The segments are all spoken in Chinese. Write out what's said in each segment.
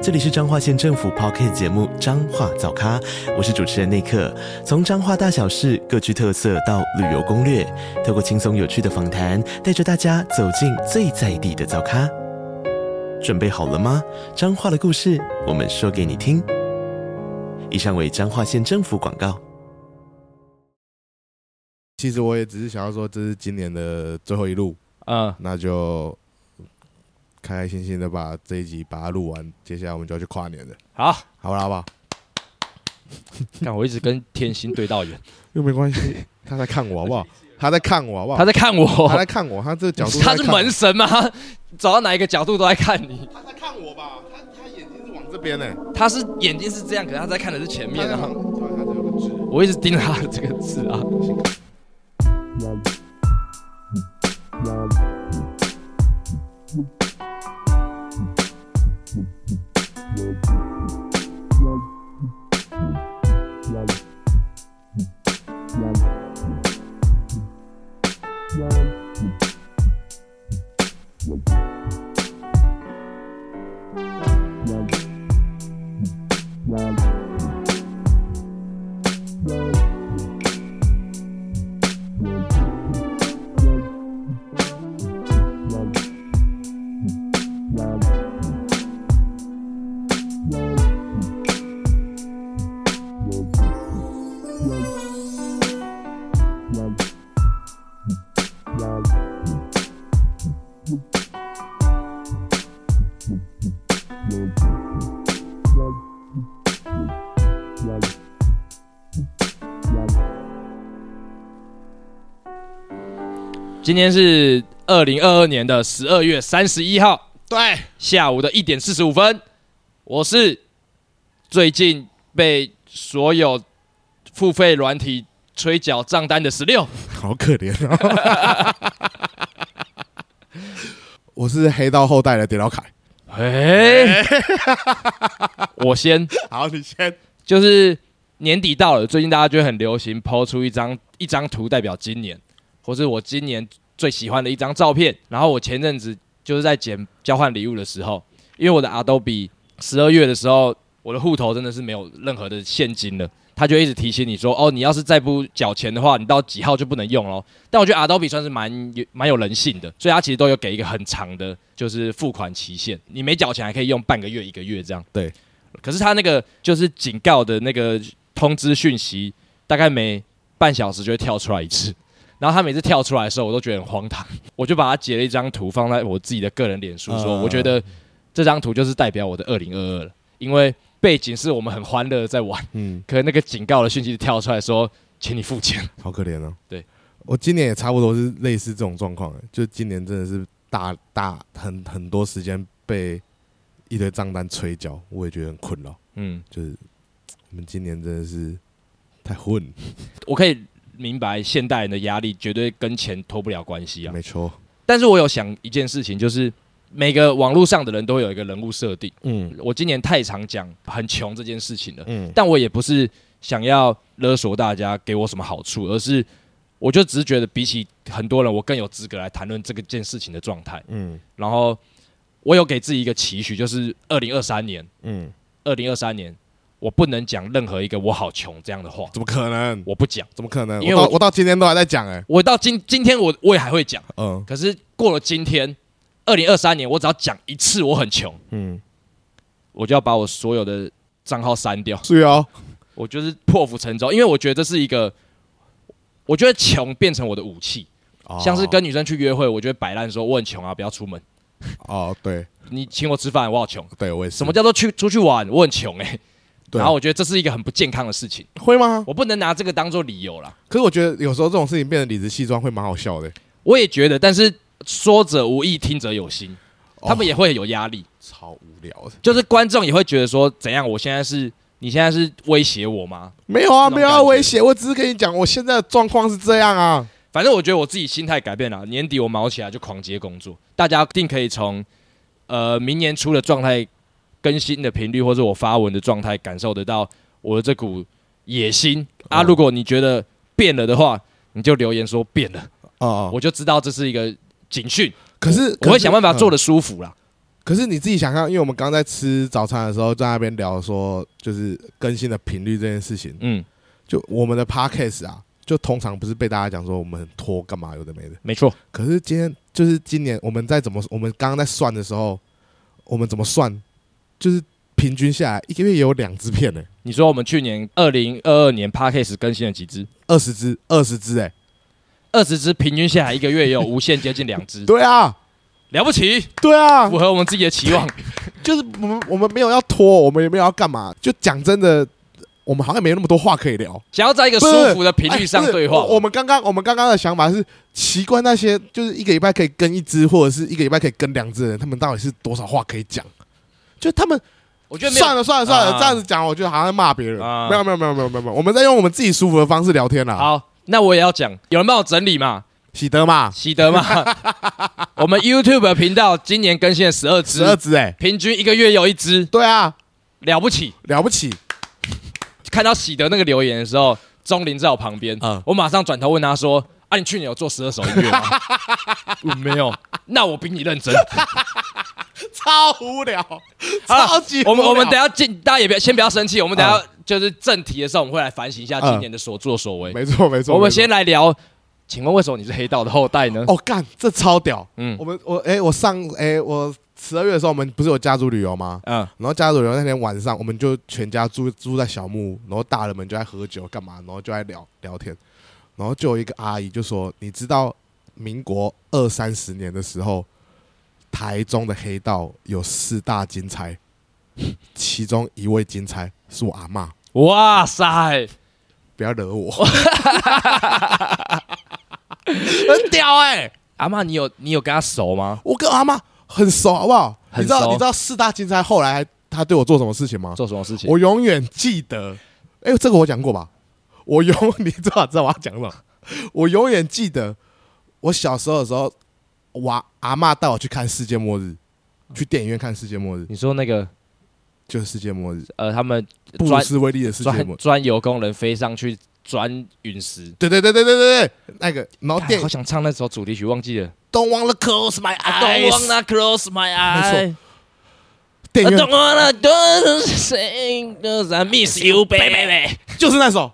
这里是彰化县政府 p o c k t 节目《彰化早咖》，我是主持人内克。从彰化大小事各具特色到旅游攻略，透过轻松有趣的访谈，带着大家走进最在地的早咖。准备好了吗？彰化的故事，我们说给你听。以上为彰化县政府广告。其实我也只是想要说，这是今年的最后一路，嗯，那就开开心心的把这一集把它录完，接下来我们就要去跨年了，好，好啦，好不好？看我一直跟天心 对到眼，又没关系，他在看我好不好？ 他在看我好不好？他在看我，哦他在看 我，他这个角度他在是看我门神吗？找到哪一个角度都在看你，他在看我吧？他他眼睛是往这边呢、他是眼睛是这样，可是他在看的是前他面在啊看。他这有个痣。我一直盯着他的这个字啊，今天是二零二二年的十二月三十一号对，下午的一点四十五分，我是最近被所有付费软体催缴账单的十六，好可怜啊！ 我是黑道后代的点老凯。哎，我先。好，你先。就是年底到了，最近大家就会很流行抛出一张一张图代表今年，或是我今年最喜欢的一张照片。然后我前阵子就是在捡交换礼物的时候，因为我的 Adobe 十二月的时候，我的户头真的是没有任何的现金了。他就一直提醒你说，哦，你要是再不缴钱的话，你到几号就不能用咯。但我觉得 Adobe 算是蛮有蛮有人性的，所以他其实都有给一个很长的，就是付款期限，你没缴钱还可以用半个月、一个月这样。对，可是他那个就是警告的那个通知讯息，大概每半小时就会跳出来一次。 然后他每次跳出来的时候，我都觉得很荒唐，我就把它截了一张图放在我自己的个人脸书，说嗯我觉得这张图就是代表我的二零二二了，因为背景是我们很欢乐的在玩，嗯，可是那个警告的讯息跳出来说，请你付钱。好可怜哦。对，我今年也差不多是类似这种状况，欸就今年真的是大大很很多时间被一堆账单催缴，我也觉得很困扰。嗯，就是我们今年真的是太混，我可以明白现代人的压力绝对跟钱脱不了关系啊。没错。但是我有想一件事情，就是每个网络上的人都会有一个人物设定。嗯我今年太常讲很穷这件事情了，嗯，但我也不是想要勒索大家给我什么好处，而是我就只是觉得比起很多人，我更有资格来谈论这个件事情的状态。嗯然后我有给自己一个期许，就是二零二三年，嗯，二零二三年我不能讲任何一个“我好穷”这样的话，怎么可能？我不讲。怎么可能？因为我到我我到今天都还在讲哎、我到今今天我我也还会讲，嗯可是过了今天，二零二三年我只要讲一次我很穷，嗯，我就要把我所有的账号删掉。注意哦，我就是破釜沉舟，因为我觉得这是一个，我觉得穷变成我的武器， 像是跟女生去约会，我就会摆烂说我很穷啊，不要出门，哦，对你请我吃饭，我好穷。对，我也是。什么叫做去出去玩？我很穷哎、对然后我觉得这是一个很不健康的事情，会吗？我不能拿这个当做理由啦。可是我觉得有时候这种事情变得理直气壮会蛮好笑的、欸我也觉得，但是说者无意，听者有心，他们也也会有压力，哦超无聊的。就是观众也会觉得说，怎样？我现在是你现在是威胁我吗？没有啊，这种没有感啊，觉威胁，我只是跟你讲，我现在的状况是这样啊。反正我觉得我自己心态改变了，年底我忙起来就狂接工作，大家一定可以从呃明年初的状态更新的频率，或者我发文的状态，感受得到我的这股野心啊。嗯如果你觉得变了的话，你就留言说变了，哦，我就知道这是一个警讯，可是我会想办法做的。的舒服啦。可是你自己想看，因为我们刚刚在吃早餐的时候，在那边聊说，就是更新的频率这件事情，嗯，就我们的 podcast 啊，就通常不是被大家讲说我们很拖干嘛有的没的。没错，可是今天就是今年我们在怎么，我们刚刚在算的时候，我们怎么算，就是平均下来一个月也有两支片呢、你说我们去年二零二二年 p a c k a s e 更新了几支？二十支，二十支哎、二十支，平均下来一个 月也有无限接近两支，对啊，了不起，对啊哎符，合我们自己的期望。就是我们我们没有要拖，我们也没有要干嘛，就讲真的，我们好像没那么多话可以聊。想要在一个舒服的频率上对哎话不是我。我们刚刚我们刚刚的想法是，奇怪那些就是一个礼拜可以跟一只，或者是一个礼拜可以跟两只的人，他们到底是多少话可以讲？就他们我觉得没有算了算了算了，啊这样子讲，我觉得好像在骂别人。啊没有没有没有没有没有没有，我们在用我们自己舒服的方式聊天啦。好，那我也要讲，有人帮我整理嘛，喜德嘛，喜 德嘛。我们 YouTube 的频道今年更新了十二十二支，只哎，平均一个月有一支，对啊，了不起。了不起， 看到喜德那个留言的时候，钟林在我旁边，嗯我马上转头问他说：“啊，你去年有做十二首音乐吗？” 我没有，那我比你认真。超无聊，好啦超级无聊我们我们等一下进，大家也不要先不要生气，我们等一下就是正题的时候，我们会来反省一下今年的所作所为。没错没错，我没错们先来聊，请问为什么你是黑道的后代呢？ 哦干，这超屌。嗯我们我哎、我上哎、我十二月的时候，我们不是有家族旅游吗？嗯，然后家族旅游那天晚上，我们就全家住住在小木屋，然后大人们就在喝酒干嘛，然后就在聊聊天，然后就有一个阿姨就说：“你知道民国二三十年的时候，台中的黑道有四大金钗，其中一位金钗是我阿嬷，哇塞，不要惹 我。”很屌哎、欸阿妈，你有你有跟他熟吗？我跟阿妈很熟，好不好？很你知道熟你知道四大金钗后来他对我做什么事情吗？做什么事情？我永远记得，哎、这个我讲过吧？我永你知道知道我要讲什么？我永远记得我小时候的时候，我阿妈带我去看世界末日，去电影院看世界末日，你说那个就是世界末日，呃，他们布鲁钻斯威利的世界末钻日。钻油工人飞上去钻陨石，对对对对对对对，那个，然后电好影想唱那首主题曲，忘记了。 Don't wanna close my I eyes， don't wanna close my eye. 电 I 影院 don't wanna do something cause I miss you, baby. 就是那首，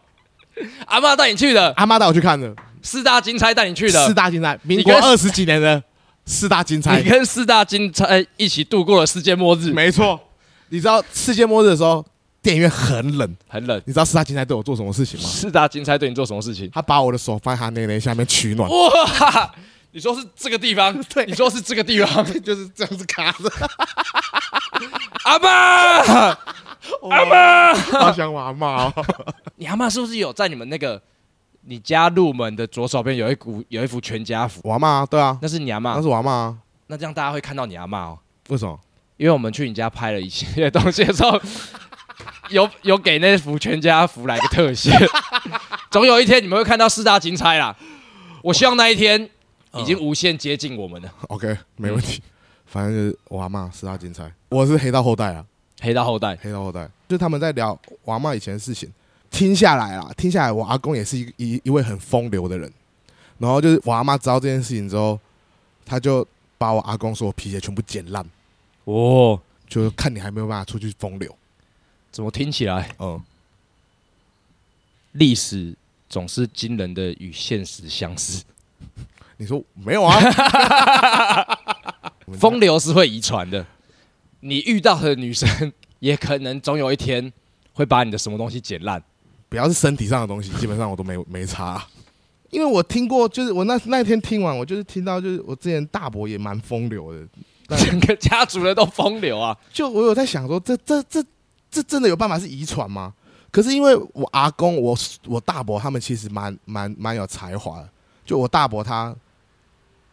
阿妈带你去的，阿妈带我去看的，四大金钗带你去四的，大金钗，民你国跟二十几年的四大金钗你，跟四大金钗一起度过了世界末日，没错。你知道世界末日的时候，电影院很冷，很冷。你知道四大金钗对我做什么事情吗？ 四大金钗对你做什么事情？他把我的手放在他内内下面取暖，哇！你说是这个地方，你说是这个地 方， 就是这样子卡 着。阿爸，阿爸，好想我阿妈哦，你阿妈是不是有在你们那个你家入门的左手边有一股有一幅全家福？ 我阿妈对啊，那是你阿那妈是，我阿妈啊。那这样大家会看到你阿妈哦。为什么？因为我们去你家拍了一系列东西的时 候，有有给那幅全家福来个特 写，总有一天你们会看到四大金钗啦。我希望那一天已经无限接近我们了， OK，没问题。反正就是我阿妈四大金钗，我是黑道后代啊，黑到后代。黑道后代。就是他们在聊我阿妈以前的事情，听下来啦，听下来，我阿公也是一一一位很风流的人。然后就是我阿妈知道这件事情之后，他就把我阿公所有皮鞋全部剪烂。哦，就是看你还没有办法出去风流。怎么听起来嗯，历史总是惊人的与现实相似？你说没有 啊？风流是会遗传的，你遇到的女生也可能总有一天会把你的什么东西剪烂。不要是身体上的东西，基本上我都没没差、啊因为我听过，就是我那那天听完，我就是听到，就是我之前大伯也蛮风流的，但整个家族的都风流啊！就我有在想说，这这这这真的有办法是遗传吗？可是因为我阿公、我我大伯他们其实蛮蛮蛮有才华的，就我大伯他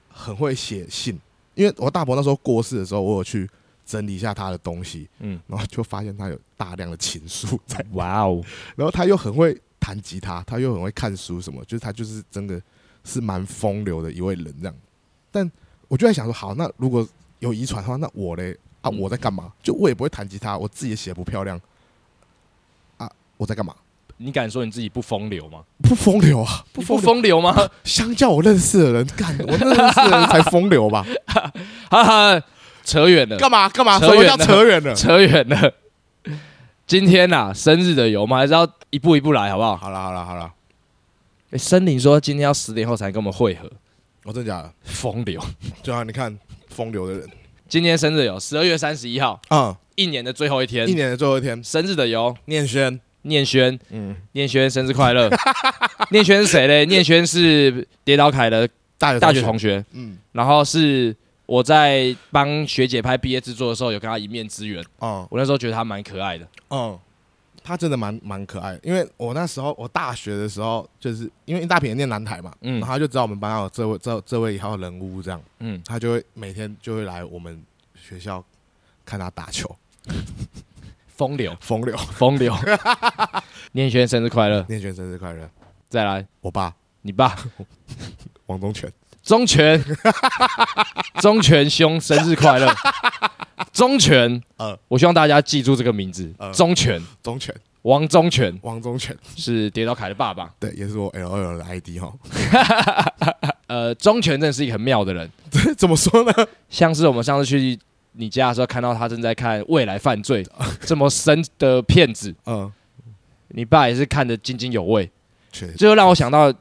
很会写信，因为我大伯那时候过世的时候，我有去整理一下他的东西，嗯，然后就发现他有大量的情书在，哇哦，然后他又很会弹吉他，他又很会看书什么，就是他就是真的是蛮风流的一位人这样。但我就在想说，好，那如果有遗传的话，那我嘞啊，嗯我在干嘛？就我也不会弹吉他，我自己也写不漂亮啊，我在干嘛？你敢说你自己不风流吗？不风流 啊，不风不流风流吗？相较我认识的人，干我那认识的人才风流吧？ 哈哈，扯远了， 干嘛干嘛？什扯么远叫了扯远了？扯远了。今天呐、啊，生日的油，我们还是要一步一步来，好不 好？好了好了好了，诶森林说今天要十点后才跟我们会合，我真的假的？风流。就像你看风流的人，今天生日有十二月三十一号，啊，一年的最后一天，一年的最后一天，生日的油，念轩，念轩，嗯，念轩生日 快乐。念轩是谁嘞？念轩是跌倒凯的大学大学同学，嗯，然后是我在帮学姐拍毕业制作的时候有跟她一面之缘，哦我那时候觉得她蛮可爱的。哦，他真的蛮蛮可爱的，因为我那时候我大学的时候，就是因为大平也念南台嘛，嗯然后他就知道我们班上有这位这这位一号人物，这样，嗯，他就会每天就会来我们学校看他打球，风流，风 流，风流。念轩生日快乐！念轩生日快乐，再来，我爸你爸王宗权，忠犬，忠犬兄生日快乐！忠犬，呃我希望大家记住这个名字，呃忠犬，宗权，王忠犬王宗权，是跌倒凯的爸爸。对，也是我 L 二的哦 ID 哈，呃，忠犬真的是一个很妙的人，怎么说呢？像是我们上次去你家的时候，看到他正在看《未来犯罪》这么深的片子，嗯，你爸也是看得津津有味，确实，这就让我想到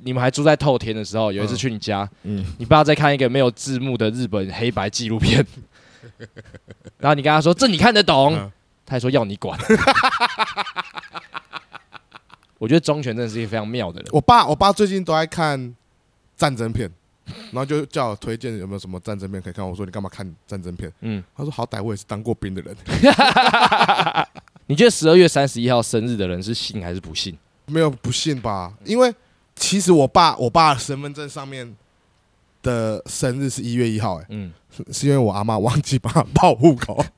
你们还住在透天的时候，有一次去你家，嗯，你爸在看一个没有字幕的日本黑白纪录片， 然后你跟他说：“这你看得懂？”嗯他还说：“要你管。” 我觉得忠犬真的是一个非常妙的人。我爸我爸最近都在看战争片，然后就叫我推荐有没有什么战争片可以看。我说你干嘛看战争片？嗯，他说好歹我也是当过兵的人，你觉得十二月三十一号生日的人是信还是不信？没有不信吧？因为其实我爸我爸的身份证上面的生日是一月一号、哎，嗯，是是因为我阿妈忘记帮他报户口。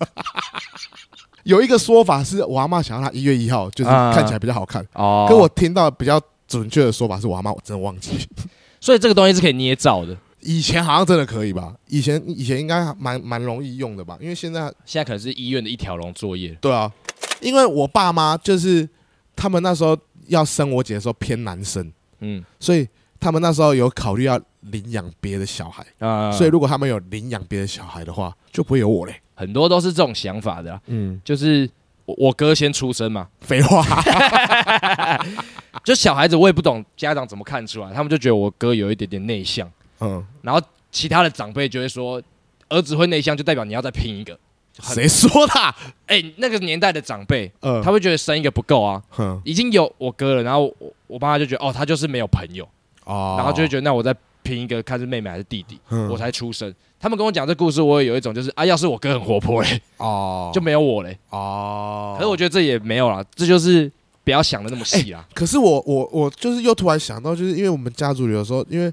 有一个说法是我阿妈想要他一月一号，就是啊看起来比较好看。哦可我听到比较准确的说法是我阿妈我真的忘记。所以这个东西是可以捏造的，以前好像真的可以吧？以前以前应该蛮蛮容易用的吧？因为现在现在可能是医院的一条龙作业。对啊，因为我爸妈就是他们那时候要生我姐的时候偏男生，嗯所以他们那时候有考虑要领养别的小孩，啊，嗯所以如果他们有领养别的小孩的话，就不会有我嘞。很多都是这种想法的啊、嗯，就是我我哥先出生嘛，废话， 就小孩子我也不懂家长怎么看出来，他们就觉得我哥有一点点内向，嗯，然后其他的长辈就会说，儿子会内向就代表你要再拼一个。很谁说的啊？哎、那个年代的长辈，嗯，他会觉得生一个不够啊，哼已经有我哥了，然后我我爸妈就觉得哦，他就是没有朋友，哦，然后就会觉得那我再拼一个，看是妹妹还是弟弟，嗯我才出生。他们跟我讲这故事，我也有一种就是啊，要是我哥很活泼 嘞，哦，就没有我嘞。哦，可是我觉得这也没有啦，这就是不要想的那么细啦。可是我我我就是又突然想到，就是因为我们家族有时候，因为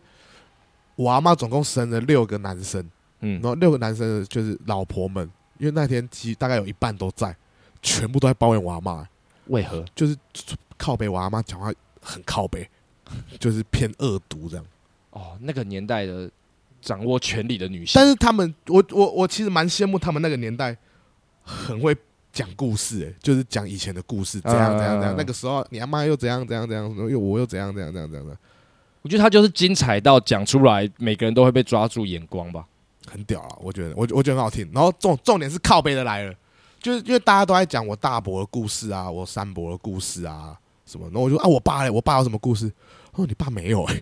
我阿妈总共生了六个男生，嗯然，后六个男生的就是老婆们，因为那天其实大概有一半都在，全部都在抱怨我阿妈，为何？就是靠北我阿妈讲话很靠北，就是偏恶毒这样。哦，那个年代的掌握权力的女性，但是他们，我我我其实蛮羡慕他们那个年代很会讲故事、欸，就是讲以前的故事，怎样怎样怎样。嗯那个时候你阿妈又怎样怎样怎样，又我又怎样怎样怎样怎样，怎样我觉得她就是精彩到讲出来，每个人都会被抓住眼光吧。很屌啊！我觉得，我我觉得很好听。然后重重点是靠背的来了，就是因为大家都在讲我大伯的故事啊，我三伯的故事啊什么。然后我就啊，我爸嘞，我爸有什么故事？哦，你爸没有哎、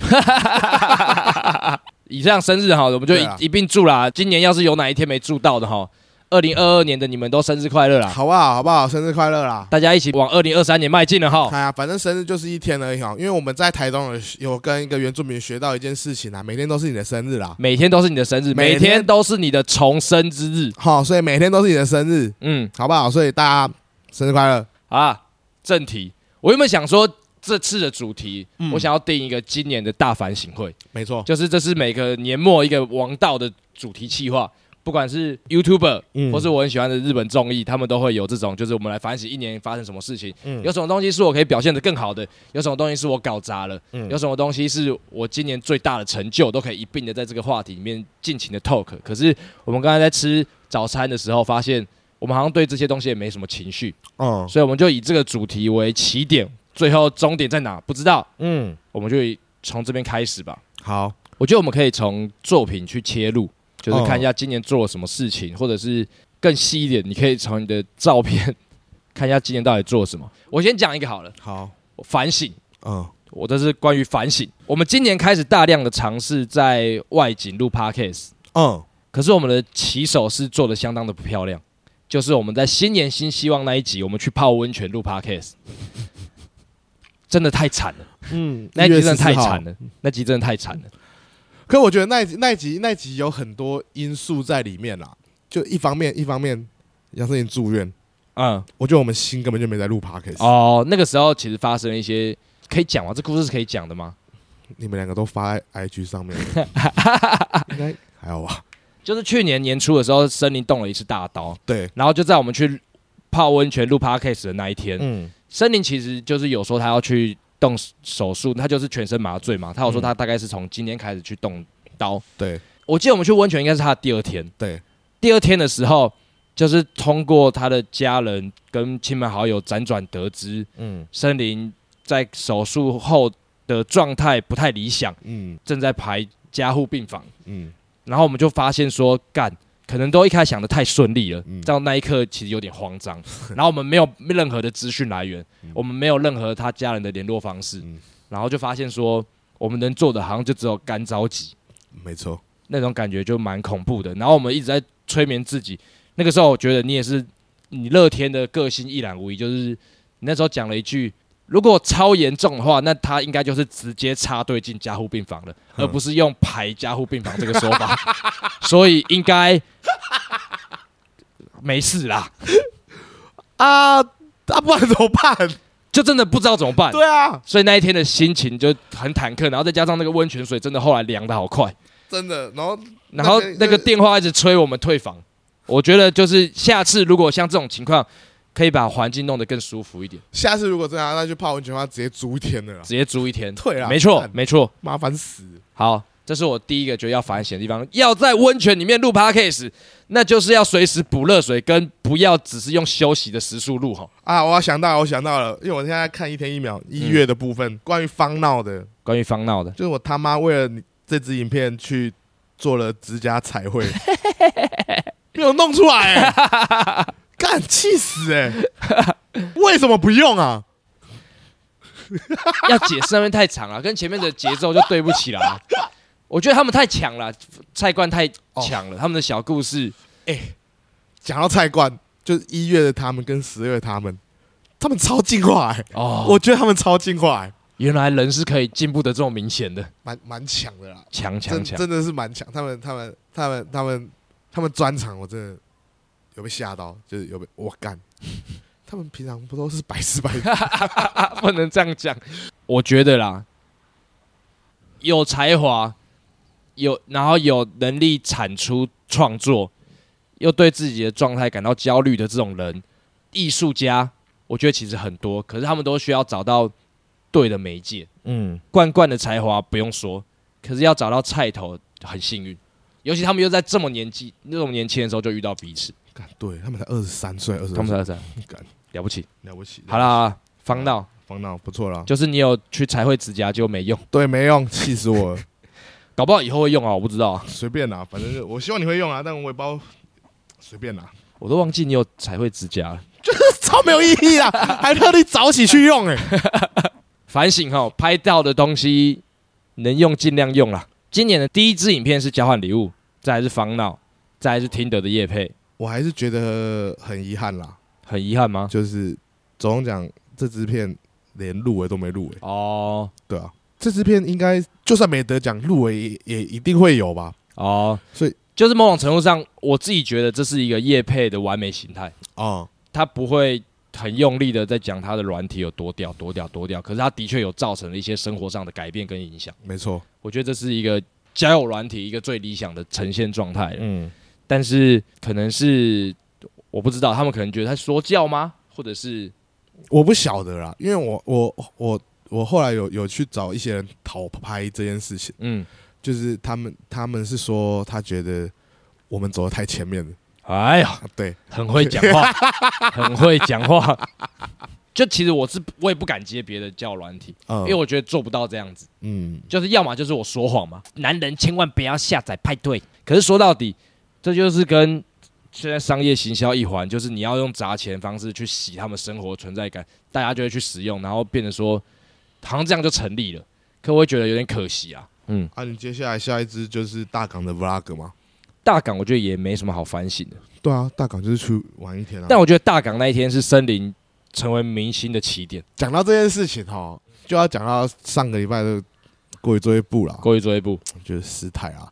以上生日哈，我们就一、对啊一并祝啦。今年要是有哪一天没祝到的哈，二零二二年的你们都生日快乐啦！ 好不好？好不好？生日快乐啦！大家一起往二零二三年迈进了哈。哎呀，反正生日就是一天而已哈。因为我们在台东有有跟一个原住民学到一件事情啊，每天都是你的生日啦。每天都是你的生日，每每天天都是你的重生之日。好，所以每天都是你的生日，嗯，好不好？所以大家生日快乐。好啦，正题，我原本想说这次的主题，嗯我想要定一个今年的大反省会，没错，就是这是每个年末一个王道的主题企划。不管是 YouTuber，、嗯或是我很喜欢的日本综艺，他们都会有这种，就是我们来反省一年发生什么事情，嗯有什么东西是我可以表现得更好的，有什么东西是我搞砸了，嗯有什么东西是我今年最大的成就，都可以一并的在这个话题里面尽情的 talk。可是我们刚才在吃早餐的时候，发现我们好像对这些东西也没什么情绪，嗯所以我们就以这个主题为起点，最后终点在哪不知道，嗯，我们就以从这边开始吧。好，我觉得我们可以从作品去切入，就是哦看一下今年做了什么事情，或者是更细一点，你可以从你的照片 看一下今年到底做了什么。我先讲一个好了，好，我反省，嗯我这是关于反省。我们今年开始大量的尝试在外景录 podcast，嗯可是我们的起手是做的相当的不漂亮，就是我们在新年新希望那一集，我们去泡温泉录 podcast，真的太惨了，嗯，那一集真的太惨惨了。了，那集真的太惨了。可我觉得那一集那一集那一集有很多因素在里面啦，就一方面一方面杨丞琳住院，嗯，我觉得我们心根本就没在录 podcast，、哦，那个时候其实发生了一些可以讲吗？这故事是可以讲的吗？你们两个都发在 IG 上 面，应该还好吧？就是去年年初的时候，森林动了一次大刀，对，然后就在我们去泡温泉录 podcast 的那一天，嗯森林其实就是有说他要去动手术，他就是全身麻醉嘛，他有说嗯他大概是从今天开始去动刀。对我记得我们去温泉应该是他的第二天，对，第二天的时候，就是通过他的家人跟亲朋好友辗转得知，嗯森林在手术后的状态不太理想。嗯正在排加护病房，嗯然后我们就发现说，干，可能都一开始想的太顺利了，嗯到那一刻其实有点慌 张，然后我们没有任何的资讯来源，我们没有任何他家人的联络方式嗯，然后就发现说，我们能做的好像就只有干着急，没错，那种感觉就蛮恐怖的。然后我们一直在催眠自己，那个时候我觉得你也是，你乐天的个性一览无遗，就是你那时候讲了一句。如果超严重的话，那他应该就是直接插队进加护病房了，而不是用排加护病房这个说法，所以应该没事啦，啊啊，不然怎么 办？就真的不知道怎么办。对啊，所以那一天的心情就很忐忑，然后再加上那个温泉水真的后来凉的好快，真的，然后然后那个那个电话一直催我们退房。我觉得就是下次如果像这种情况，可以把环境弄得更舒服一点，下次如果真的要那就泡温泉的话，直接租一天的啦直，接租一天。啊对啦没错干，没错。麻烦死。好，这是我第一个觉得要反省的地方。要在温泉里面录 podcast，那就是要随时补热水，跟不要只是用休息的时速录哈。啊！我要想到了，我想到了，因为我现在在看一天一秒一月的部分，关于方闹的，关于方闹的， 就是我他妈为了你这支影片去做了指甲彩 绘，没有弄出来、欸， 干气死哎、为什么不用啊？要解释那边太长了，跟前面的节奏就对不起了啊。我觉得他们太强了，菜冠太强哦了，他们的小故事讲到菜冠，就是一月的他们跟十月的他们，他们超进化哎、哦，我觉得他们超进化哎、原来人是可以进步的这么明显的，蛮蛮强的啦，强真强强！真的是蛮强。他们他们他们他们他们专场，我真的有被吓到，就是有被我干。他们平常不都是白吃 白喝？啊不能这样讲，我觉得啦，有才华，有然后有能力产出创作，又对自己的状态感到焦虑的这种人，艺术家，我觉得其实很多，可是他们都需要找到对的媒介。嗯，罐罐的才华不用说，可是要找到菜头很幸运，尤其他们又在这么年纪、那种年轻的时候就遇到彼此，干对，他们才二十三岁，二十他们才这样干了不起。了不起。好，啦，方闹方闹不错啦。就是你有去彩绘指甲就没用，对，没用，气死我 了。搞不好以后会用啊，我不知道啊，随便啦，反正是我希望你会用啊，但我也不知道。随便啦，我都忘记你有彩绘指甲了。 超没有意义啦， 还特地早起去用哎、反省哈，拍到的东西能用尽量用啦。今年的第一支影片是交换礼物，再来是方闹，再来是听得的叶配，我还是觉得很遗憾啦，很遗憾吗？就是总讲这支片连入围都没入围。哦对啊，这支片应该就算没得奖，入围也也一定会有吧？哦，所以就是某种程度上，我自己觉得这是一个叶配的完美形态。啊、他不会很用力的在讲他的软体有多屌、多屌、多屌，可是他的确有造成了一些生活上的改变跟影响。没错，我觉得这是一个交友软体一个最理想的呈现状态了。嗯，但是可能是我不知道，他们可能觉得他说教吗？或者是我不晓得啦，因为我我我我后来有有去找一些人讨拍这件事情，嗯，就是他们他们是说他觉得我们走的太前面了，哎呀，啊对，很会讲话，很会讲话。就其实我是我也不敢接别的教软体，嗯因为我觉得做不到这样子，嗯就是要么就是我说谎嘛。男人千万不要下载派对。可是说到底，这就是跟现在商业行销一环，就是你要用砸钱方式去洗他们生活存在感，大家就会去使用，然后变得说好像这样就成立了。可我会觉得有点可惜啊。嗯，啊，你接下来下一支就是大港的 vlog 吗？大港我觉得也没什么好反省的，对啊，大港就是去玩一天啊。但我觉得大港那一天是森林成为明星的起点。讲到这件事情哈，就要讲到上个礼拜的过于作业部啦，过于做一步，就是失态 啊，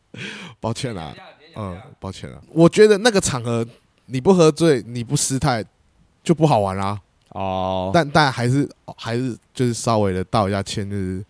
抱歉啦，嗯，抱歉啦。我觉得那个场合你不喝醉，你不失态就不好玩啊啦、哦，但但还是还是就是稍微的道一下歉，就是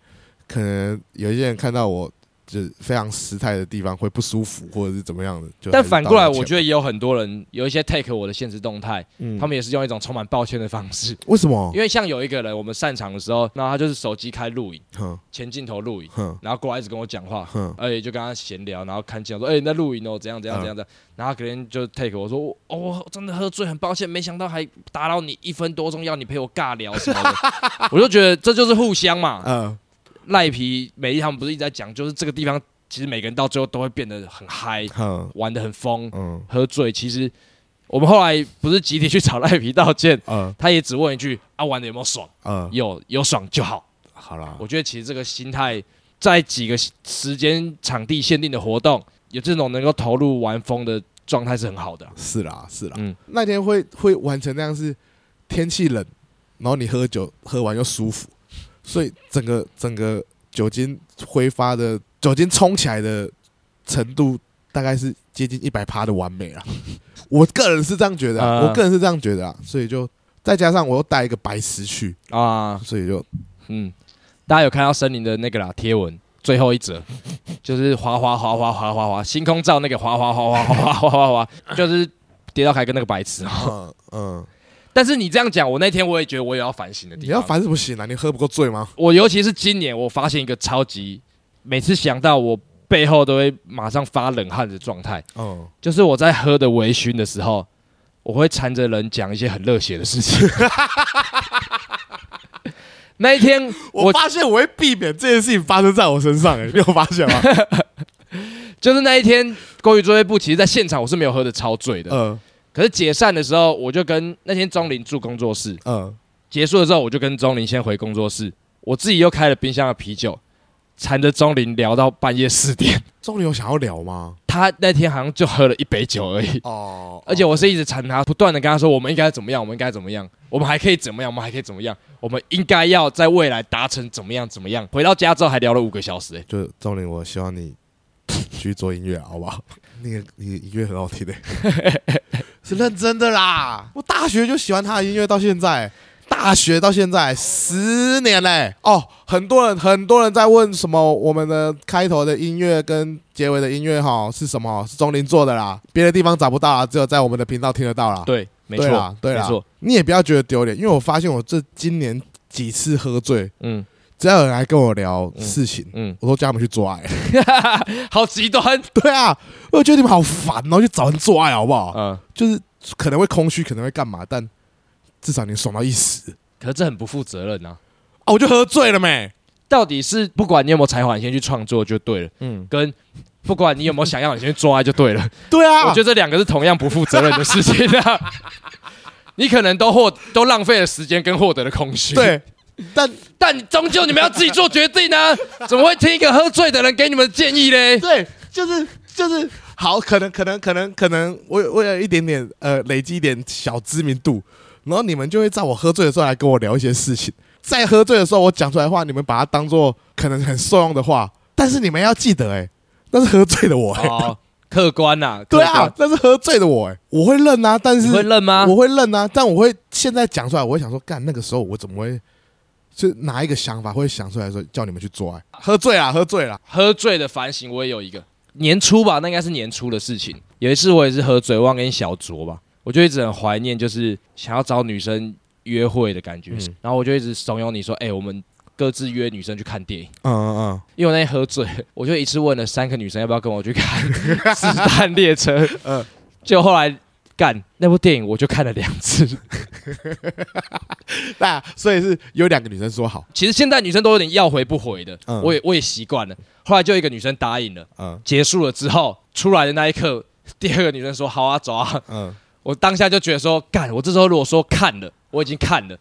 可能有一些人看到我就是非常失态的地方会不舒服，或者是怎么样的。就但反过来，我觉得、得也有很多人有一些 take 我的现实动态，嗯他们也是用一种充满抱歉的方式。为什么因？为像有一个人，我们散场的时候，然后他就是手机开录影，哼前镜头录影，哼然后过来一直跟我讲话，哼，而且就跟他闲聊，然后看镜头说：“哎、你在录影哦，怎样怎嗯样怎样的。”然后可能就 take 我说：“我哦，我真的喝醉，很抱歉，没想到还打扰你一分多钟，要你陪我尬聊什么的。”我就觉得这就是互相嘛，呃，赖皮美丽他们不是一直在讲，就是这个地方其实每个人到最后都会变得很嗨，哼，玩的很疯，嗯喝醉。其实我们后来不是集体去找赖皮道歉，呃他也只问一句：“啊，玩的有没有爽？呃，有有爽就好。好啦”，我觉得其实这个心态，在几个时间、场地限定的活动，有这种能够投入玩疯的状态是很好的。是啦是啦，嗯那天会会完成那样是天气冷，然后你喝酒喝完又舒服，所以整个整个酒精挥发的酒精冲起来的程度大概是接近一百趴的完美啦。 我个人是这样觉得啊、啊我个人是这样觉得啊，所以就再加上我又带一个白石去，啊，所以就嗯，大家有看到森林的那个啦贴文。最后一则就是滑滑滑滑滑滑滑，星空照那个滑滑滑滑滑滑滑滑滑，就是跌到凯跟那个白痴哦。嗯嗯，但是你这样讲，我那天我也觉得我也要反省的地你方。要烦什么醒啊？你喝不够醉吗？我尤其是今年，我发现一个超级，每次想到我背后都会马上发冷汗的状态，嗯，就是我在喝的微醺的时候，我会缠着人讲一些很热血的事情。 那一天我我发哎现我会避免这件事情发生在我身上、欸，你有发现 吗？就是那一天《勾与作业部》，其实在现场我是没有喝的超醉的，嗯可是解散的时候，我就跟那天钟林住工作室，嗯结束的时候我就跟钟林先回工作室，我自己又开了冰箱的啤酒，缠着钟林聊到半夜四点。钟林有想要聊吗？他那天好像就喝了一杯酒而已，哦，而且我是一直缠他，不断的跟他说，我们应该怎么样，我们应该怎么样，我们还可以怎么样，我们还可以怎么样，我们应该要在未来达成怎么样怎么样。回到家之后还聊了五个小时、欸，就钟林，我希望你继续做音乐，好不好？ 那个你的音乐很好 听的、是认真的啦。我大学就喜欢他的音乐，到现在，大学到现在十年嘞、哦，很多人很多人在问什么我们的开头的音乐跟结尾的音乐哈是什么？是钟林做的啦，别的地方找不到啦，只有在我们的频道听得到啦。对，没对啦错，，对啦，没错，你也不要觉得丢脸，因为我发现我这今年几次喝醉，嗯只要有人来跟我聊事情， 嗯，我都叫他们去抓、欸。好极端， 对啊，我觉得你们好烦哦，去找人做爱好不好？嗯，就是可能会空虚，可能会干嘛，但至少你爽到一时可是这很不负责任啊。啊！我就喝醉了没？到底是不管你有没有才华，你先去创作就对了，嗯，跟不管你有没有想要，你先去做爱就对了。对啊，我觉得这两个是同样不负责任的事情 啊。你可能都获都浪费了时间跟获得的空虚，，对，但但你终究你们要自己做决定 啊！怎么会听一个喝醉的人给你们建议嘞？对，就是就是好，可能可能可能可能我有我有一点点呃，累积一点小知名度，然后你们就会在我喝醉的时候来跟我聊一些事情，在喝醉的时候我讲出来的话，你们把它当做可能很受用的话，但是你们要记得、欸，哎，那是喝醉的我、欸，哦，客观呐、客对观啊，，那是喝醉的我、欸，我会认啊，但是你会认吗？我会认啊，但我会现在讲出来，我会想说，干那个时候我怎么会？就拿一个想法会想出来说，叫你们去做爱，喝醉啦，喝醉啦，喝醉的反省我也有一个，年初吧，那应该是年初的事情。有一次我也是喝醉，忘跟小酌吧，我就一直很怀念，就是想要找女生约会的感觉。嗯然后我就一直怂恿你说：“哎、我们各自约女生去看电影。嗯嗯”因为我那天喝醉， 我就一次问了三个女生要不要跟 我去看《子弹列车》。嗯嗯，就后来干那部电影，我就看了两 次。嗯，那所以是有两个女生说好，其实现在女生都有点要回不回的，嗯我也我也习惯了。后来就有一个女生答应了，嗯结束了之后出来的那一刻，第二个女生说：“好啊，走啊。”嗯，我当下就觉得说，干，我这时候如果说看了，我已经看了，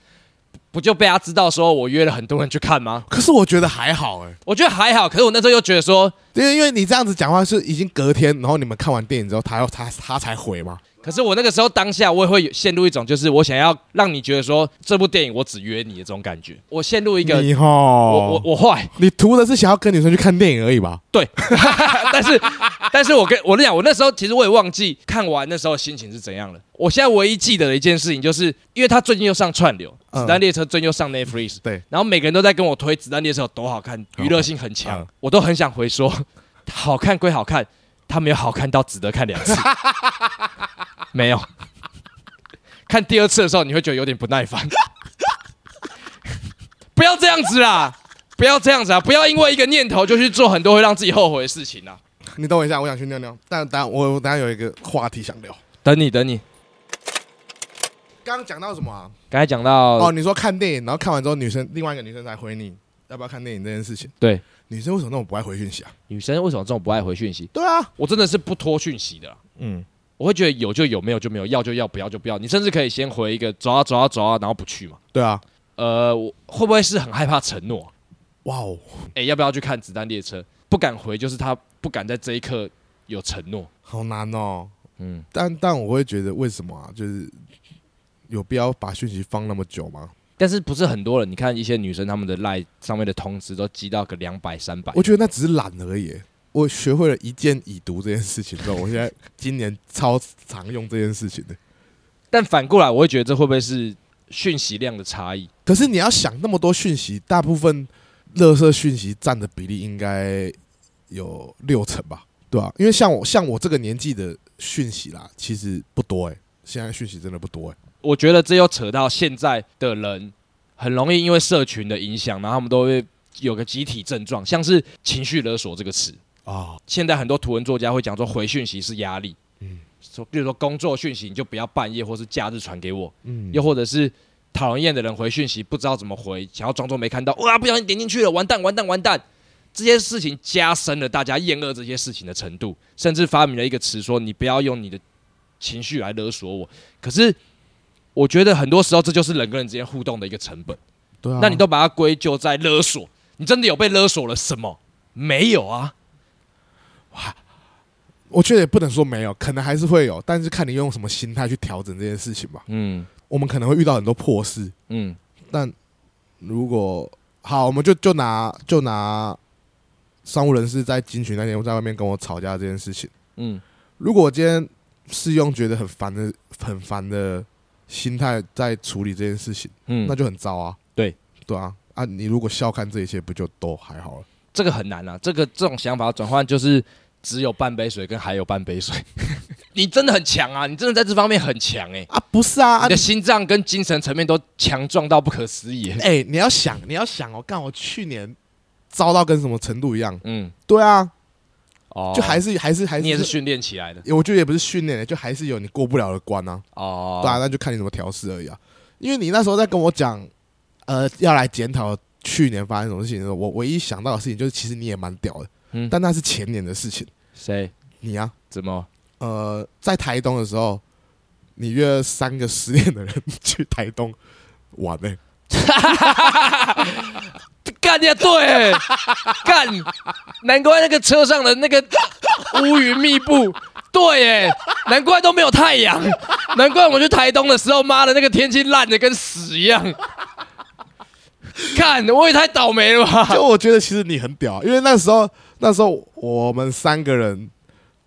不就被他知道说我约了很多人去看吗？可是我觉得还好哎、我觉得还好，可是我那时候又觉得说，因为因为你这样子讲话是已经隔天，然后你们看完电影之后，他要他他才回嘛，可是我那个时候当下我也会有陷入一种就是我想要让你觉得说这部电影我只约你的这种感觉，我陷入一个你我吼我，我坏，你图的是想要跟女生去看电影而已吧？对，但是 但是我跟我跟你讲，我那时候其实我也忘记看完那时候心情是怎样了。我现在唯一记得的一件事情，就是因为他最近又上串流，嗯子弹列车》最近又上 Netflix，对，然后每个人都在跟我推《子弹列车》有多好看，看娱乐性很强，嗯我都很想回说， 好看归好看，他没有好看到值得看两次， 没有。看第二次的时候，你会觉得有点不耐烦。 不要这样子啦，不要这样子啊！不要因为一个念头就去做很多会让自己后悔的事情啊！你等我一下，我想去尿尿，但但我我等下有一个话题想聊。等你，等你。刚刚讲到什么啊？刚才讲到，哦，你说看电影，然后看完之后，女生另外一个女生才回你要不要看电影这件事情。对，女生为什么那么不爱回讯息啊？女生为什么这种不爱回讯息？对啊，我真的是不拖讯息的啦、嗯，我会觉得有就有，没有就没有，要就要，不要就不要。你甚至可以先回一个走啊走啊走啊，然后不去嘛。对啊，呃，我会不会是很害怕承诺？哇哦，哎，要不要去看《子弹列车》？不敢回，就是他不敢在这一刻有承诺。好难哦。嗯，但但我会觉得为什么啊？就是有必要把讯息放那么久吗？但是不是很多人？你看一些女生，她们的赖上面的通知都积到个两百、三百。我觉得那只是懒而已。我学会了一键已读这件事情之后，我现在今年超常用这件事情的。但反过来，我会觉得这会不会是讯息量的差异？可是你要想那么多讯息，大部分垃圾讯息占的比例应该有六成吧，对吧、啊因为像我像我这个年纪的讯息啦，其实不多哎、现在讯息真的不多哎、我觉得这又扯到现在的人很容易因为社群的影响，然后他们都会有个集体症状，像是情绪勒索这个词。啊、现在很多图文作家会讲说回讯息是压力，嗯，说比如说工作讯息你就不要半夜或是假日传给我，嗯，又或者是讨人厌的人回讯息不知道怎么回，想要装作没看到，哇，不小心点进去了，完蛋完蛋完蛋。这些事情加深了大家厌恶这些事情的程度，甚至发明了一个词说你不要用你的情绪来勒索我。可是我觉得很多时候这就是人跟人之间互动的一个成本，对啊，那你都把它归咎在勒索，你真的有被勒索了什么？没有啊，我觉得也不能说没有，可能还是会有，但是看你用什么心态去调整这件事情吧。嗯我们可能会遇到很多破事，嗯，但如果好，我们就就拿就拿商务人士在金曲那天在外面跟我吵架这件事情。嗯，如果我今天是用觉得很烦的、很烦的心态在处理这件事情，嗯，那就很糟啊。对，对啊，啊，你如果笑看这一切，不就都还好了？这个很难啊，这个这种想法转换就是只有半杯水跟还有半杯水。 你真的很强啊，你真的在这方面很强哎、啊，不是啊，啊你的心脏跟精神层面都强壮到不可思议欸、哎、你要想，你要想哦，干我去年糟到跟什么程度一样？嗯，对啊，哦就还是、还是还是，你也是训练起来的我觉得也不是训练的，就还是有你过不了的关啊。哦。对啊，那就看你怎么调试而已啊。因为你那时候在跟我讲，呃，要来检讨去年发生什么事情的时候，我唯一想到的事情就是，其实你也蛮屌的，嗯但那是前年的事情。谁你啊，怎么？呃，在台东的时候，你约了三个失恋的人去台东玩欸呢、干呀，对 欸、干，难怪那个车上的那个乌云密布。对耶，难怪都没有太阳，难怪我们去台东的时候，妈的那个天气烂的跟屎一样。看，我也太倒霉了吧！就我觉得其实你很屌啊，因为那时候那时候我们三个人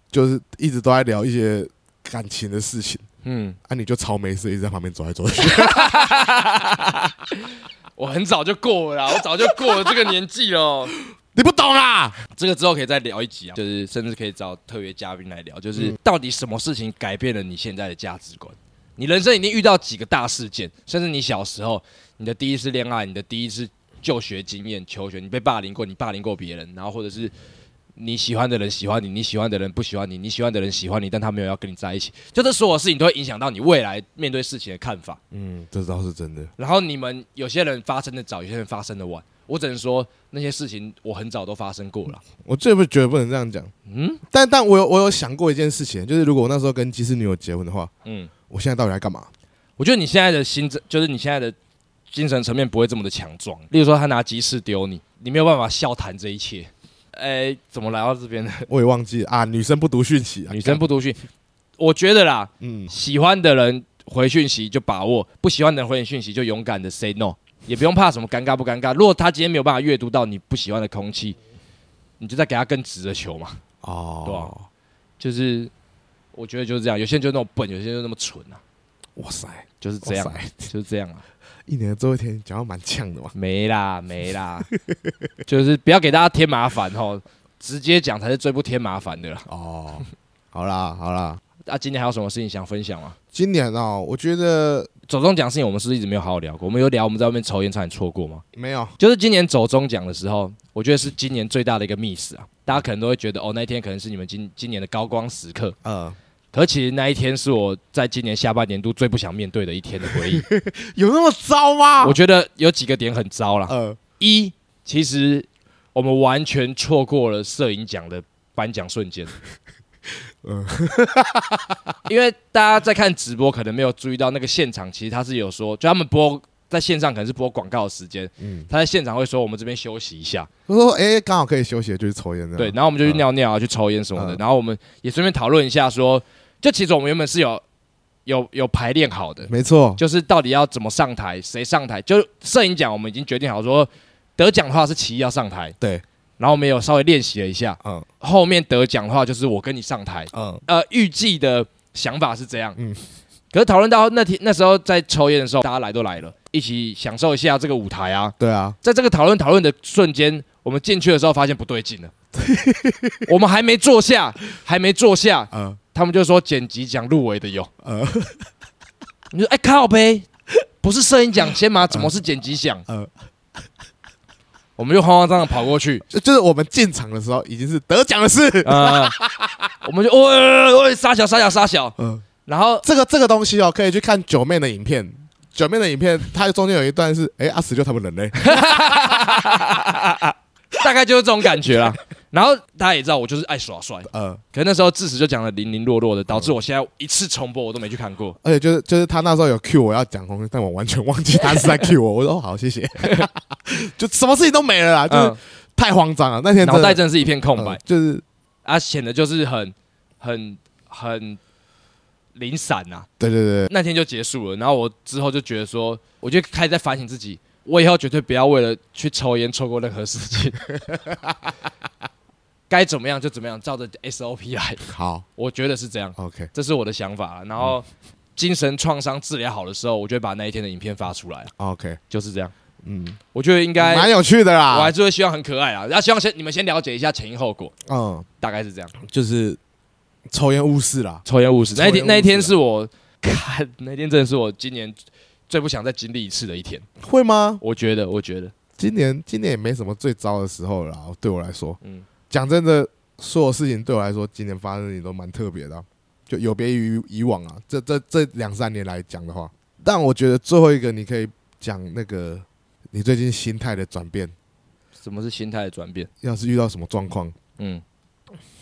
就是一直都在聊一些感情的事情，嗯，啊，你就超没事，一直在旁边走来走去。 我很早就过了啦，我早就过了这个年纪了。你不懂啊？这个之后可以再聊一集啊，就是甚至可以找特别嘉宾来聊，就是到底什么事情改变了你现在的价值观？你人生已经遇到几个大事件，甚至你小时候你的第一次恋爱、你的第一次就学经验、求学，你被霸凌过，你霸凌过别人，然后或者是你喜欢的人喜欢你，你喜欢的人不喜欢你，你喜欢的人喜欢你，但他没有要跟你在一起，就这所有事情都会影响到你未来面对事情的看法。嗯，这倒是真的。然后你们有些人发生的早，有些人发生的晚。我只能说那些事情我很早都发生过了。我最不觉得不能这样讲，嗯但但我有我有想过一件事情，就是如果我那时候跟技师女友结婚的话，嗯，我现在到底在干嘛？我觉得你现在的心智，就是你现在的精神层面不会这么的强壮。例如说，他拿鸡翅丢你，你没有办法笑谈这一切。哎，怎么来到这边的？我也忘记了啊，女生不读讯息啊， 女生不读讯，我觉得啦，嗯，喜欢的人回讯息就把握，不喜欢的人回你讯息就勇敢的 say no，也不用怕什么尴尬不尴尬。如果他今天没有办法阅读到你不喜欢的空气，你就再给他更直的球嘛。对哦啊，就是我觉得就是这样，有些人就那么笨，有些人就那么蠢啊，哇塞，就是这样哇，塞，就是这样啊。一年的最后一天讲到蛮呛的嘛，没啦，没啦， 就是不要给大家添麻烦哦，直接讲才是最不添麻烦的啦。哦，好啦好啦，啊，今天还有什么事情想分享吗？今年哦，我觉得走中奖事情我们是不是一直没有好好聊过？我们有聊我们在外面抽烟差点错过吗？没有，就是今年走中奖的时候，我觉得是今年最大的一个 miss 啊。大家可能都会觉得哦，那一天可能是你们今今年的高光时刻，呃，可其实那一天是我在今年下半年度最不想面对的一天的回忆。有那么糟吗？我觉得有几个点很糟啦。呃，一，其实我们完全错过了摄影奖的颁奖瞬间。 嗯 因为大家在看直播，可能没有注意到那个现场，其实他是有说，就他们播在线上可能是播广告的时间，嗯，他在现场会说我们这边休息一下，我说哎，刚好可以休息，就去抽烟的，对，，然后我们就去尿尿啊，去抽烟什么嗯的，然后我们也顺便讨论一下说，就其实我们原本是有有有排练好的，没错，就是到底要怎么上台，谁上台？就是摄影奖，我们已经决定好说，得奖的话是奇艺要上台，对。然后我们也有稍微练习了一下，嗯后面得奖的话就是我跟你上台。嗯，呃，预计的想法是这样，嗯嗯。可是讨论到那天那时候在抽烟的时候，大家来都来了，一起享受一下这个舞台啊。对啊，在这个讨论讨论的瞬间，我们进去的时候发现不对劲了，我们还没坐下，还没坐下，呃他们就说剪辑奖入围的有，呃你说哎靠呗，不是摄影奖先吗？怎么是剪辑奖？呃，我们就慌慌张张跑过去，就就是我们进场的时候已经是得奖的 事，啊，我们就哦喂喂喂杀小杀小杀小，嗯。然后 这个这个东西哦，可以去看九妹的影片。九妹的影片，它中间有一段是，哎、阿死就他们人类，大概就是这种感觉啦。然后大家也知道我就是爱耍帅，呃，可是那时候智齿就讲的零零落落嗯的，导致我现在一次重播我都没去看过。而且就是就是他那时候有 cue 我要讲红，但我完全忘记他是在 cue 我，我说哦好谢 谢，就什么事情都没了啦，啊就是嗯，太慌张了，那天真脑的袋真的是一片空呃白，就是啊，显得就是很很很零散呐、对对对，那天就结束了，然后我之后就觉得说，我就开始在反省自己，我以后绝对不要为了去抽烟错过任何事 情，该怎么样就怎么样，照着 SOP 来。好我觉得是这样， ，OK，这是我的想法啊啦。然后精神创伤治疗好的时候，我就会把那一天的影片发出来， OK，就是这样。嗯，我觉得应该，蛮有趣的我啦还，是会希望很可爱啊。然后希望先你们先了解一下前因后果，嗯，大概是这样。就是抽烟误事啦，抽烟误事，那一抽烟误事天那一天啊是我 看，那天真的是我今年最不想再经历一次的一天。会吗？我觉得，我觉得，今年今年也没什么最糟的时候了啦，对我来说，嗯，讲真的，所有事情对我来说，今年发生的也都蛮特别的啊、就有别于以往啊。这这这两三年来讲的话，但我觉得最后一个你可以讲那个你最近心态的转变，什么是心态的转变？要是遇到什么状况，嗯，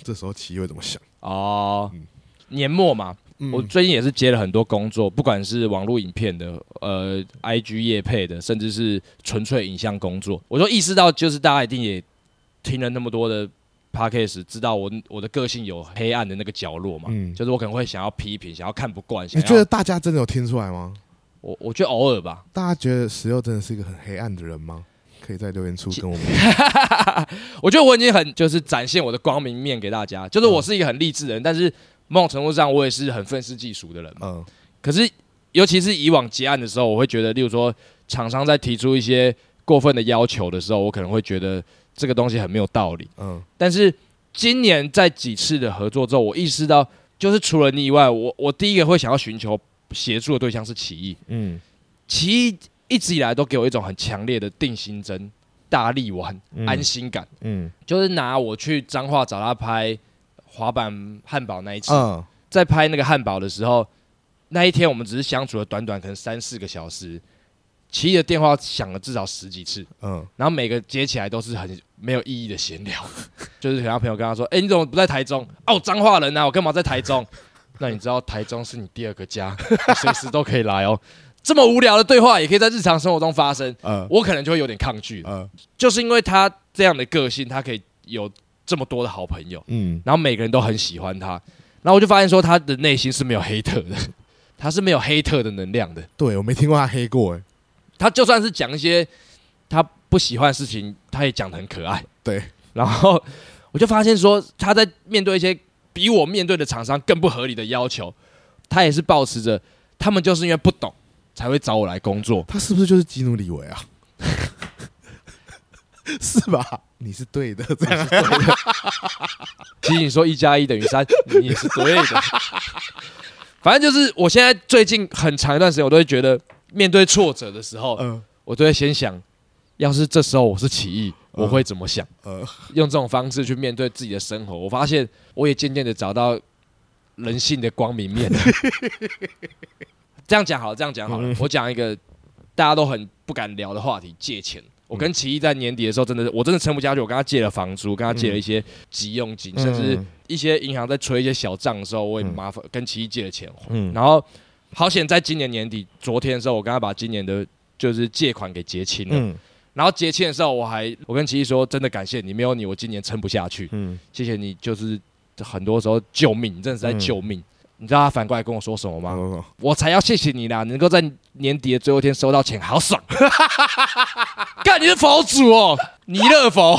这时候奇艺会怎么想？哦嗯，年末嘛，嗯我最近也是接了很多工作，不管是网络影片的，呃，IG 业配的，甚至是纯粹影像工作，我就意识到，就是大家一定也听了那么多的 podcast，知道我我的个性有黑暗的那个角落嘛，嗯就是我可能会想要批评，想要看不惯，想你要觉得大家真的有听出来吗？我我觉得偶尔吧， 大家觉得石榴真的是一个很黑暗的人吗？可以在留言处跟我们。 我觉得我已经很就是展现我的光明面给大家，就是嗯我是一个很励志的人，但是某种程度上我也是很愤世嫉俗的人嘛。嗯可是尤其是以往结案的时候，我会觉得，例如说厂商在提出一些过分的要求的时候，我可能会觉得这个东西很没有道理。嗯，但是今年在几次的合作之后，我意识到，就是除了你以外，我我第一个会想要寻求协助的对象是奇艺。嗯奇艺一直以来都给我一种很强烈的定心针、大力丸、嗯安心感，嗯就是拿我去彰化找他拍滑板汉堡那一次，嗯在拍那个汉堡的时候，那一天我们只是相处了短短可能三四个小时，奇艺的电话响了至少十几次。嗯，然后每个接起来都是很没有意义的闲聊， 就是可能他朋友跟他说：“哎、你怎么不在台中？哦，我彰化人啊，我干嘛在台中？” 那你知道台中是你第二个家， 你随时都可以来哦。这么无聊的对话也可以在日常生活中发生，呃我可能就会有点抗拒了。呃，就是因为他这样的个性，他可以有这么多的好朋友，嗯然后每个人都很喜欢他，然后我就发现说他的内心是没有黑特的， 他是没有黑特的能量的。对我没听过他黑过，哎，他就算是讲一些他不喜欢的事情，他也讲的很可爱。对，然后我就发现说，他在面对一些比我面对的厂商更不合理的要求，他也是保持着他们就是因为不懂才会找我来工作。他是不是就是基努里维啊？ 是吧？你是对的，这样其实你说一加一等于三，你也是对的。 反正就是我现在最近很长一段时间，我都会觉得面对挫折的时候，嗯我都会先想，要是这时候我是起义，我嗯会怎么想？呃用这种方式去面对自己的生活，我发现我也渐渐的找到人性的光明面了。这样讲好了，这样讲好嗯了，我讲一个大家都很不敢聊的话题——借钱。嗯我跟奇艺在年底的时候，真的是我真的撑不下去，我跟他借了房租，跟他借了一些急用金，嗯甚至一些银行在催一些小账的时候，我也麻烦跟奇艺借了钱还。嗯然后好险，在今年年底，昨天的时候，我跟他把今年的就是借款给结清了。嗯然后结清的时候，我还我跟奇艺说，真的感谢你，没有你，我今年撑不下去。嗯谢谢你，就是很多时候救命，你真的是在救命。你知道他反过来跟我说什么吗？嗯，我才要谢谢你啦，能够在年底的最后一天收到钱，好爽！ 干你是佛祖哦，弥勒佛。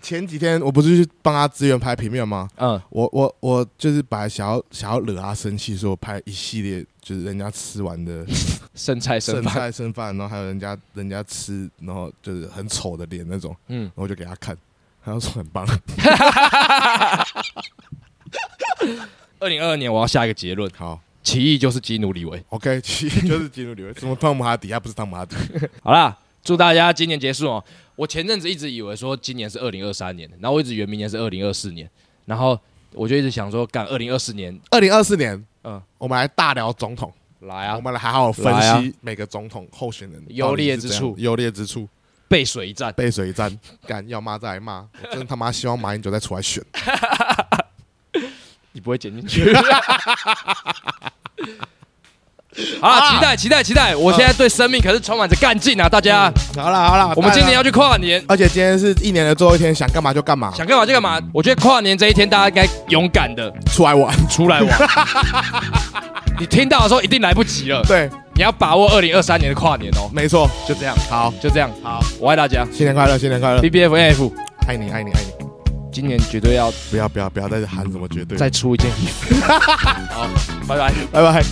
前几天我不是去帮他支援拍平面吗？嗯我我我就是本来想要想要惹他生气，所以我拍一系列就是人家吃完 的剩菜剩剩饭，菜剩饭，然后还有人家人家吃，然后就是很丑的脸那种，嗯然，后我就给他看，他就说很棒。 二零二二年我要下一个结论，好奇异就是基努里维。 ，OK，其实就是基 努里维，什么汤姆哈迪，他不是汤姆哈迪，好啦，祝大家今年结束哦。我前阵子一直以为说今年是二零二三年，然后我一直以为明年是二零二四年，然后我就一直想说，干二零二四年二零二四年，嗯嗯，我们来大聊总统，来啊我，们来好好分来啊析每个总统候选人优劣到之底是处怎样优劣之处，背水一战。背水一战，干要骂再来骂，我真他妈希望马英九再出来选。你不会剪进去。 好啊啦，期待期待期待！我现在对生命可是充满着干劲啊，大家！好了嗯好了，我们今年要，要去跨年，而且今天是一年的最后一天，想干嘛就干嘛，想干嘛就干嘛。我觉得跨年这一天，大家应该勇敢的出来玩。出 来玩。你听到的时候一定来不及了，对，你要把握二零二三年的跨年哦。没错，就这样，好，就这样，好，我爱大家。新年快乐，新年快乐， B B F F，爱你爱你爱你，今年绝对要不要不要不要再喊什么绝对， 再出一件衣服。好，拜拜。拜拜。